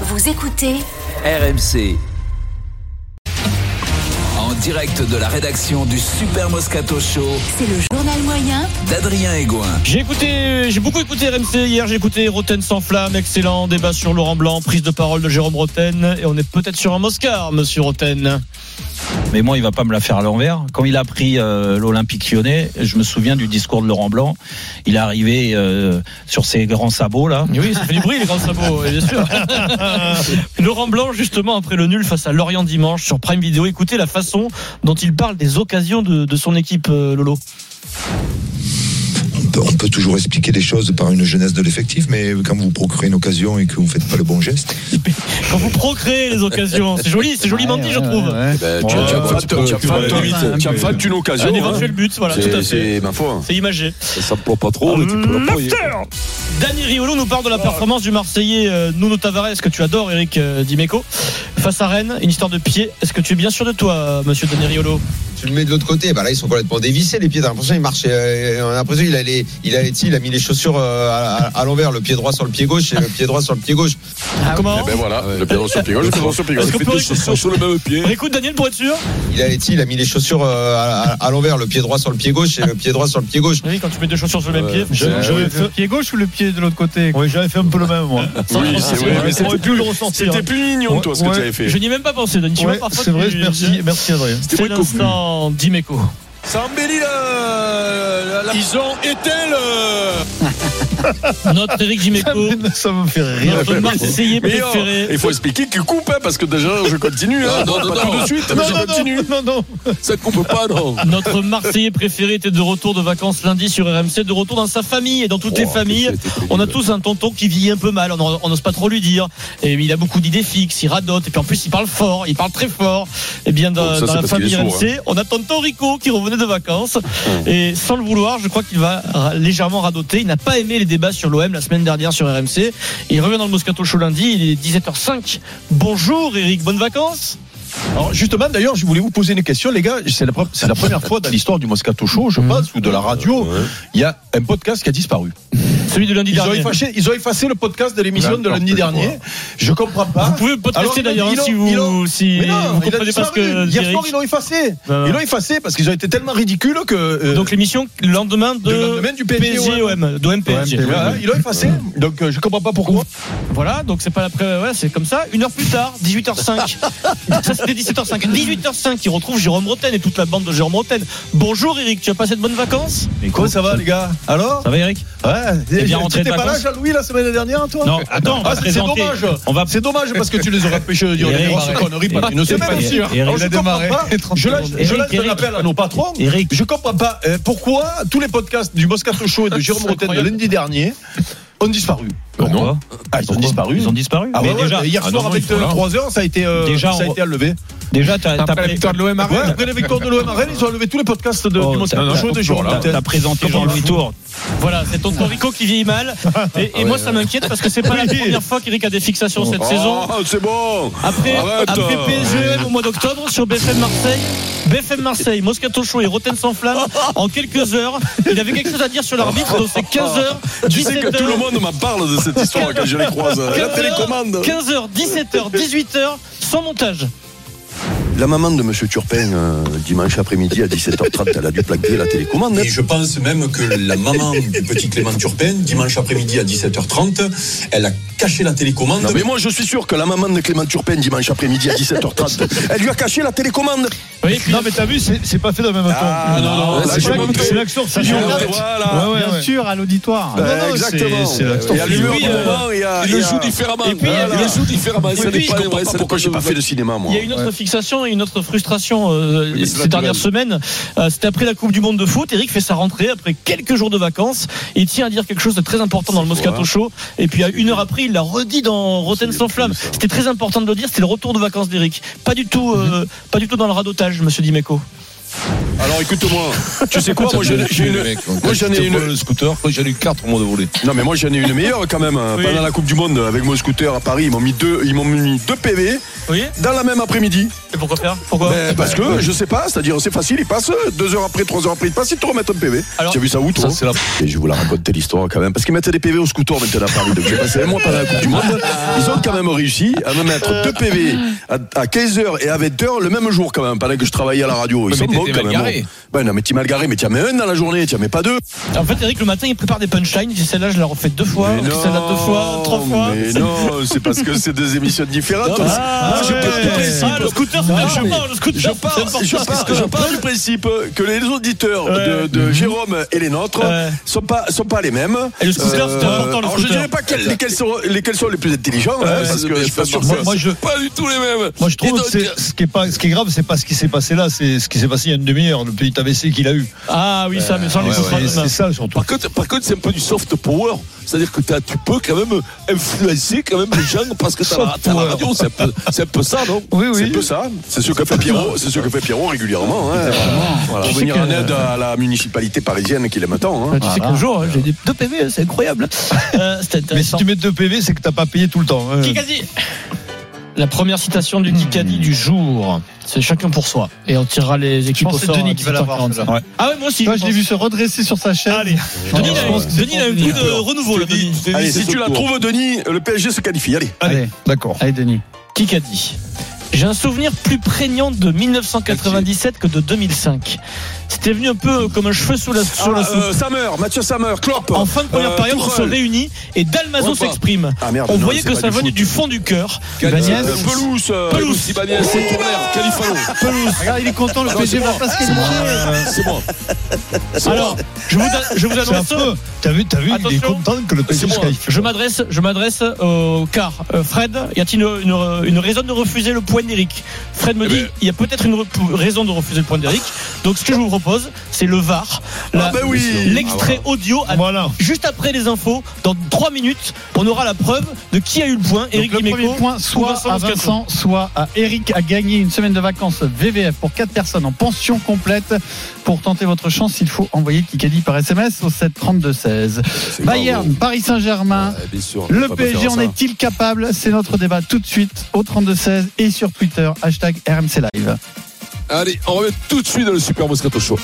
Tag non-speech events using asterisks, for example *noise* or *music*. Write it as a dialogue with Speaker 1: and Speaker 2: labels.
Speaker 1: Vous écoutez
Speaker 2: RMC. En direct de la rédaction du Super Moscato Show
Speaker 1: C'est le journal moyen
Speaker 2: d'Adrien Egoin.
Speaker 3: J'ai écouté, j'ai beaucoup écouté RMC hier. J'ai écouté Roten sans flamme, excellent débat sur Laurent Blanc, prise de parole de Jérôme Roten, et on est peut-être sur un Moscar, Monsieur Roten.
Speaker 4: Mais moi, il va pas me la faire à l'envers. Quand il a pris euh, l'Olympique lyonnais, je me souviens du discours de Laurent Blanc. Il est arrivé euh, sur ses grands sabots, là.
Speaker 3: Et oui, ça fait du bruit les grands sabots,
Speaker 4: *laughs*
Speaker 3: oui, bien sûr. Laurent Blanc, justement, après le nul face à Lorient dimanche sur Prime Video, écoutez la façon dont il parle des occasions de, de son équipe, euh, Lolo.
Speaker 5: On peut- on peut toujours expliquer les choses par une jeunesse de l'effectif, mais quand vous procurez une occasion et que vous ne faites pas le bon geste,
Speaker 3: *laughs* Quand vous procréez les occasions, c'est joli, c'est joliment dit, je trouve.
Speaker 6: Ben, tu,
Speaker 3: Ouais,
Speaker 6: tu as
Speaker 3: ouais,
Speaker 6: pas-
Speaker 3: tu
Speaker 6: tu
Speaker 3: peux-
Speaker 6: as
Speaker 3: tu
Speaker 6: pas-
Speaker 3: peux-
Speaker 6: tu as-
Speaker 3: tu peux-
Speaker 6: tu as pas une
Speaker 3: Un
Speaker 6: occasion. hein.
Speaker 3: éventuel but, voilà, tout
Speaker 6: C'est-
Speaker 3: à fait.
Speaker 6: C'est ma foi. hein.
Speaker 3: C'est imagé.
Speaker 6: Ça ne plaît pas trop, mais tu peux l'employer.
Speaker 3: Dany Riolo nous parle de la performance du Marseillais euh, Nuno Tavares que tu adores Eric euh, Dimeco face à Rennes une histoire de pied est-ce que tu es bien sûr de toi euh, monsieur Dany Riolo
Speaker 7: Tu le mets de l'autre côté, bah là ils sont complètement dévissés les pieds. T'as l'impression il marchait, euh, on a l'impression il a les, il a les- il a mis les chaussures euh, à, à- à l'envers, le pied droit sur le pied gauche et le pied droit sur le pied gauche.
Speaker 3: comment
Speaker 6: Eh ben voilà, le pied droit sur le pied gauche, le pied droit sur le pied gauche.
Speaker 3: Oh. Est-ce
Speaker 6: Il fait
Speaker 3: qu'on
Speaker 6: deux
Speaker 3: peut réécouter-
Speaker 6: chaussures sur le même pied.
Speaker 3: On écoute Daniel pour être sûr
Speaker 7: Il a les, il a mis les chaussures euh, à, à- à l'envers, le pied droit sur le pied gauche et le pied droit sur le pied gauche.
Speaker 3: oui quand tu mets deux chaussures sur le même pied
Speaker 6: j'avoue, j'avoue.
Speaker 3: le pied gauche ou le pied de l'autre côté
Speaker 8: Oui, j'avais fait un peu le même, moi.
Speaker 6: Oui, c'est vrai. mais
Speaker 3: aurait pu le ressentir
Speaker 6: C'était plus mignon, toi, ce que
Speaker 8: Ouais.
Speaker 6: tu avais fait.
Speaker 3: je n'y ai même pas pensé Dany tu
Speaker 8: Ouais,
Speaker 3: vois parfois
Speaker 8: c'est vrai,
Speaker 3: tu-
Speaker 8: merci, merci Adrien.
Speaker 3: c'est l'instant Dimeco
Speaker 6: Ça embellit euh, la. euh, Ils ont éteint le.
Speaker 3: notre Eric Dimeco
Speaker 8: Ça me fait rire.
Speaker 3: notre Marseillais
Speaker 6: Mais oh,
Speaker 3: préféré
Speaker 6: il faut expliquer qu'il coupe, hein, parce que déjà, je continue. Hein, non, pas tout de suite, mais
Speaker 8: Non,
Speaker 6: je
Speaker 8: non,
Speaker 6: continue.
Speaker 8: non, non, non.
Speaker 6: Ça coupe pas, non.
Speaker 3: notre Marseillais préféré était de retour de vacances lundi sur RMC, de retour dans sa famille et dans toutes les
Speaker 6: Oh,
Speaker 3: familles.
Speaker 6: c'était terrible.
Speaker 3: On a tous un tonton qui vit un peu mal, on n'ose- on n'ose pas trop lui dire. Et il a beaucoup d'idées fixes, il radote, et puis en plus il parle fort, il parle très fort. Et bien dans,
Speaker 6: Donc ça, c'est
Speaker 3: dans la
Speaker 6: parce qu'il
Speaker 3: famille
Speaker 6: est sourd, hein. Mmh.
Speaker 3: RMC, on a tonton Rico qui revenait de vacances. Et sans le vouloir, je crois qu'il va ra- légèrement radoter. Il n'a pas aimé les débats sur l'OM la semaine dernière sur RMC. Il revient dans le Moscato Show lundi, il est 17h05. Bonjour Eric, bonnes vacances
Speaker 8: Alors, justement, d'ailleurs, je voulais vous poser une question, les gars. C'est la, pre- c'est la première fois dans l'histoire du Moscato Show,
Speaker 7: Mmh.
Speaker 8: je pense, ou de la radio, il y a un podcast qui a disparu.
Speaker 3: Celui de lundi
Speaker 8: Ils ont,
Speaker 3: dernier.
Speaker 8: effacé, ils ont effacé le podcast de l'émission de lundi dernier. Je comprends pas.
Speaker 3: Vous pouvez podcaster
Speaker 8: Alors, ils
Speaker 3: d'ailleurs
Speaker 8: l'ont-
Speaker 3: hein, si
Speaker 8: ils
Speaker 3: vous,
Speaker 8: l'ont-
Speaker 3: si
Speaker 8: Mais non,
Speaker 3: vous
Speaker 8: il
Speaker 3: comprenez
Speaker 8: a
Speaker 3: pas ce
Speaker 8: disparu.
Speaker 3: que dit
Speaker 8: Hier soir,
Speaker 3: Eric.
Speaker 8: ils l'ont effacé.
Speaker 3: Ben,
Speaker 8: Ils l'ont effacé parce qu'ils ont été tellement ridicules que. euh,
Speaker 3: Donc l'émission le lendemain de
Speaker 8: le lendemain du PSG,
Speaker 3: PSG
Speaker 8: ouais.
Speaker 3: OM, de MPSG.
Speaker 8: Voilà, ils l'ont effacé. Donc, euh, je comprends pas pourquoi.
Speaker 3: Voilà, donc c'est pas l'après, ouais, c'est comme ça. Une heure plus tard,
Speaker 8: *laughs*
Speaker 3: 18h05. ça c'était 17h05. 18h05, il retrouve Jérôme Roten et toute la bande de Jérôme Roten. Bonjour Eric, tu as passé de bonnes vacances
Speaker 8: Mais quoi, ça va, les gars Alors
Speaker 3: Ça va Eric
Speaker 8: Ouais,
Speaker 3: Eh bien
Speaker 8: tu-
Speaker 3: rentré de
Speaker 8: T'étais pas là,
Speaker 3: vacances
Speaker 8: Jean-Louis, la semaine dernière, toi
Speaker 3: Non, attends, on va
Speaker 8: Ah, c'est- c'est
Speaker 3: présenter.
Speaker 8: dommage.
Speaker 3: On va
Speaker 8: C'est dommage parce que tu les aurais empêchés de dire des
Speaker 3: Eric,
Speaker 8: grosses conneries parce qu'ils ne sont
Speaker 3: Eric,
Speaker 8: pas
Speaker 3: Eric,
Speaker 8: sûrs.
Speaker 3: Eric,
Speaker 8: Alors,
Speaker 3: il
Speaker 8: Je
Speaker 3: a
Speaker 8: comprends
Speaker 3: démarré.
Speaker 8: pas. Je lâche je
Speaker 3: Eric,
Speaker 8: lâche
Speaker 3: Eric.
Speaker 8: un appel à nos patrons.
Speaker 3: Eric.
Speaker 8: Je comprends pas euh, pourquoi tous les podcasts du Moscato Show
Speaker 3: *laughs*
Speaker 8: et de Jérôme Rotten de lundi dernier ont disparu.
Speaker 3: Pourquoi
Speaker 8: Ah, ils ont disparu.
Speaker 3: Ils ont disparu.
Speaker 8: Ah ouais,
Speaker 3: Mais
Speaker 8: ouais,
Speaker 3: déjà,
Speaker 8: hier
Speaker 3: Bah ah,
Speaker 8: soir
Speaker 3: non,
Speaker 8: avec
Speaker 3: ils sont là.
Speaker 8: 3 heures, ça a été euh,
Speaker 3: Déjà,
Speaker 8: ça a
Speaker 3: on-
Speaker 8: été enlevé.
Speaker 3: déjà t'as t'as pré-
Speaker 8: de l'OM à Rennes. Après la victoire de l'OM à Rennes, ils ont enlevé tous les podcasts de-
Speaker 3: Oh,
Speaker 8: du
Speaker 3: t'as-
Speaker 8: Moscato Show et de Jérôme
Speaker 3: t'as-
Speaker 8: Rotten.
Speaker 3: t'as présenté
Speaker 8: Comment
Speaker 3: Jean-Louis Tour. Voilà, c'est tonton Rico qui vieillit mal. Et, et
Speaker 6: Ah
Speaker 3: moi, ça m'inquiète parce que c'est pas la
Speaker 8: Oui.
Speaker 3: première fois qu'Eric a des fixations cette saison.
Speaker 6: Oh, c'est bon.
Speaker 3: Après,
Speaker 6: Arrête.
Speaker 3: après PSGM au mois d'octobre sur BFM Marseille. BFM Marseille, Moscato Show et Rotten sans flamme
Speaker 6: *laughs*
Speaker 3: en quelques heures. Il avait quelque chose à dire sur l'arbitre, donc c'est 15h,
Speaker 6: Tu sais que
Speaker 3: 17h.
Speaker 6: tout le monde m'en parle de cette histoire quand je les croise. hein.
Speaker 3: *laughs*
Speaker 6: La télécommande.
Speaker 3: 15h, 17h, 18h, sans montage.
Speaker 9: La maman de M. Turpin, euh, dimanche après-midi à 17h30, elle a dû plaquer la
Speaker 6: hein.
Speaker 9: télécommande.
Speaker 10: Et je pense même que la maman du petit Clément Turpin, dimanche après-midi à 17h30, elle a caché la télécommande.
Speaker 9: Non, mais moi, je suis sûr que la maman de Clément Turpin, dimanche après-midi à 17h30, elle lui a caché la télécommande.
Speaker 3: Oui, puis-
Speaker 8: Non, mais t'as vu, c'est c'est pas fait dans le même
Speaker 6: Ah,
Speaker 8: temps.
Speaker 6: non, non, là,
Speaker 8: C'est
Speaker 6: j'ai
Speaker 8: ça-
Speaker 6: montré.
Speaker 8: c'est l'action
Speaker 6: Ah,
Speaker 8: fusion.
Speaker 6: Voilà.
Speaker 8: bien sûr,
Speaker 11: Ah,
Speaker 8: à
Speaker 11: Bah,
Speaker 8: l'auditoire.
Speaker 6: Exactement. Il y a l'humeur
Speaker 11: euh,
Speaker 6: du
Speaker 10: euh,
Speaker 6: moment, il y
Speaker 10: Ah,
Speaker 6: a.
Speaker 3: Il le joue différemment. Et puis, il y a-
Speaker 6: Ah, il le joue différemment.
Speaker 3: Et
Speaker 6: Ça
Speaker 3: puis,
Speaker 6: n'est
Speaker 3: je
Speaker 6: pas-
Speaker 3: comprends
Speaker 6: ouais,
Speaker 3: pas
Speaker 6: ça n'est
Speaker 9: Pourquoi j'ai pas fait de cinéma, moi
Speaker 3: Il y a une autre fixation et une autre frustration euh,
Speaker 6: mais c'est
Speaker 3: ces
Speaker 6: naturel.
Speaker 3: dernières semaines. Euh, C'était après la Coupe du Monde de foot. Eric fait sa rentrée après quelques jours de vacances. Il tient à dire quelque chose de très important dans le Moscato Show. Et puis à une heure après, il l'a redit dans Rotten sans flamme. C'était très important
Speaker 10: Mhm.
Speaker 3: de le dire. C'était le retour de vacances d'Eric. Pas du tout, euh, pas du tout dans le radotage, Monsieur Dimeco.
Speaker 10: Alors écoute-moi, tu sais quoi, moi j'ai j'ai une. Moi j'en ai
Speaker 3: euh,
Speaker 10: une.
Speaker 8: Le scooter, j'en ai eu quatre au moment de voler.
Speaker 10: Non mais moi j'en ai une meilleure quand même. hein.
Speaker 3: Oui.
Speaker 10: Pendant la Coupe du Monde avec mon scooter à Paris, ils m'ont mis deux, ils m'ont mis deux PV
Speaker 3: Oui
Speaker 10: dans la même après-midi.
Speaker 3: Et pourquoi faire Pourquoi
Speaker 10: Ben, parce que je sais pas, c'est-à-dire c'est facile, ils passent deux heures après, trois heures après, ils passent, ils te remettent un PV.
Speaker 3: Alors-
Speaker 10: tu as vu ça où toi
Speaker 8: Ça, c'est la-
Speaker 10: Et je vous la raconte telle histoire quand même, parce qu'ils mettaient des PV au scooter maintenant à Paris. Donc j'ai passé un mois pendant la Coupe du Monde. Ils ont quand même réussi à me mettre deux PV à, 15h et à 20h le même jour quand même, pendant que je travaillais à la radio. Ils
Speaker 4: Mais
Speaker 10: sont
Speaker 4: t'étais
Speaker 10: bons quand
Speaker 4: mal
Speaker 10: même.
Speaker 4: garé.
Speaker 10: hein. Ben non mais t'es mal garé, mais t'y en mets un dans la journée, t'y en mets pas deux.
Speaker 3: En fait, Eric, le matin, il prépare des punchlines. Il dit celle-là, je la refais deux fois.
Speaker 10: Mais non,
Speaker 3: Celle-là, deux fois, trois fois.
Speaker 10: Mais non, c'est parce que c'est deux émissions différentes.
Speaker 3: Ah,
Speaker 10: Moi, je
Speaker 3: ouais.
Speaker 10: pars du principe.
Speaker 3: Ah, le scooter, c'est
Speaker 10: Non, mais
Speaker 3: important, le scooter,
Speaker 10: Je
Speaker 3: c'est
Speaker 10: pars,
Speaker 3: important.
Speaker 10: je pars- je pars du principe que les auditeurs de,
Speaker 6: Mhm.
Speaker 10: de Jérôme et les nôtres
Speaker 3: Ouais.
Speaker 10: sont pas sont pas les mêmes. Euh,
Speaker 3: Et le scooter, c'est important, le
Speaker 10: alors je
Speaker 3: scooter.
Speaker 10: dirais pas quels- lesquels sont lesquels sont les plus intelligents, hein, parce que je suis pas sûr. que
Speaker 3: Moi,
Speaker 10: ça-
Speaker 3: moi, je,
Speaker 6: Pas du tout les mêmes.
Speaker 11: Moi, je
Speaker 6: Et
Speaker 11: trouve
Speaker 6: donc, euh,
Speaker 11: que c'est- ce qui est pas, ce qui est grave, c'est pas ce qui s'est passé là, c'est ce qui s'est passé il y a une demi-heure, le petit AVC qu'il a eu.
Speaker 3: ah oui, ça, mais sans les
Speaker 11: C'est-
Speaker 3: contraintes.
Speaker 11: c'est ça surtout.
Speaker 6: Par contre, par contre, c'est un peu du soft power. C'est-à-dire que t'as- tu peux quand même influencer quand même les gens parce que t'as la, t'as la radio. C'est un, peu- c'est un peu ça, non
Speaker 11: Oui,
Speaker 10: C'est un
Speaker 11: oui.
Speaker 10: peu ça. C'est ce que fait Pierrot. C'est ce que fait Pierrot régulièrement. hein. Voilà.
Speaker 3: Tu sais
Speaker 10: Venir
Speaker 3: que-
Speaker 10: en aide à la municipalité parisienne qui l'aime tant. hein.
Speaker 3: Tu sais qu'un jour, hein, j'ai des- deux PV, c'est *laughs* incroyable. Euh, C'était
Speaker 11: Mais si
Speaker 3: intéressant.
Speaker 11: tu mets deux PV, c'est que t'as pas payé tout le temps. hein.
Speaker 3: Kikadi La première citation du Kikadi du jour, c'est chacun pour soi. Et on tirera les équipes
Speaker 11: pense
Speaker 3: au
Speaker 11: que c'est
Speaker 3: sort.
Speaker 11: Denis
Speaker 3: à
Speaker 11: qui va l'avoir,
Speaker 3: 18h45.
Speaker 4: celle-là. Ouais.
Speaker 3: Ah ouais, moi aussi.
Speaker 11: Toi,
Speaker 3: je
Speaker 11: je l'ai
Speaker 3: pense.
Speaker 11: vu se redresser sur sa chaîne.
Speaker 3: Allez. Denis, il a-
Speaker 11: je pense que c'est
Speaker 3: Denis, il a un coup de renouveau, le Denis.
Speaker 10: Allez,
Speaker 6: Allez,
Speaker 10: si
Speaker 6: c'est
Speaker 10: tu la
Speaker 6: trouves.
Speaker 10: trouves, Denis, le PSG se qualifie. Allez.
Speaker 11: Allez, d'accord.
Speaker 3: Allez, Denis. Kikadi. J'ai un souvenir plus prégnant de 1997 que de 2005. C'était venu un peu euh, comme un cheveu sous la, sur
Speaker 10: Ah,
Speaker 3: la soupe.
Speaker 10: euh, Sammer, Mathieu Sammer, Klopp.
Speaker 3: En fin de première
Speaker 10: euh,
Speaker 3: période, on se
Speaker 10: Tourelle.
Speaker 3: réunit et Dalmazo
Speaker 10: Ouais, pas.
Speaker 3: s'exprime.
Speaker 10: Ah, merde,
Speaker 3: on
Speaker 10: non,
Speaker 3: voyait
Speaker 10: c'est
Speaker 3: que
Speaker 10: pas
Speaker 3: ça
Speaker 10: du
Speaker 3: venait
Speaker 10: foot.
Speaker 3: du fond du cœur.
Speaker 11: Ibanez.
Speaker 10: Euh, Pelouse. euh,
Speaker 3: Pelouse. Oh, bah,
Speaker 6: Ibanez, c'est Tournaire, Califayo.
Speaker 3: Ah,
Speaker 11: Regarde, il est content, le
Speaker 6: Non,
Speaker 11: PSG
Speaker 6: c'est
Speaker 11: va
Speaker 6: bon.
Speaker 11: pas se qualifier.
Speaker 6: C'est moi.
Speaker 3: Alors, je vous, je vous
Speaker 11: C'est
Speaker 3: annonce.
Speaker 11: affreux. T'as vu, t'as vu, il est
Speaker 3: Attention.
Speaker 11: content que le
Speaker 3: C'est
Speaker 11: PSG se
Speaker 3: moi.
Speaker 11: qualifie.
Speaker 3: Je m'adresse, je m'adresse au car. Euh, Fred, y a-t-il une, une- une raison de refuser le point d'Eric
Speaker 11: Ah,
Speaker 3: Fred me dit, il y a peut-être une re- raison de refuser le point d'Eric. Donc ce que je vous propose, c'est le VAR, la-
Speaker 10: Ah, ben oui.
Speaker 3: l'extrait audio. à-
Speaker 11: Voilà.
Speaker 3: Juste après les infos, dans 3 minutes, on aura la preuve de qui a eu le point. Eric
Speaker 11: Donc, le
Speaker 3: Dimeco
Speaker 11: premier point,
Speaker 3: ou
Speaker 11: soit à
Speaker 3: Moscato.
Speaker 11: Vincent, soit à Eric, a gagné une semaine de vacances VVF pour quatre personnes en pension complète. Pour tenter votre chance, il faut envoyer Kikadi par SMS au 7 32 16. Bayern, Paris Saint-Germain,
Speaker 10: Ah, Bien sûr.
Speaker 11: le PSG en est-il capable C'est notre débat tout de suite au 32 16 et sur Twitter hashtag RMC Live.
Speaker 6: Allez, on remet tout de suite dans le Super Moscato Show.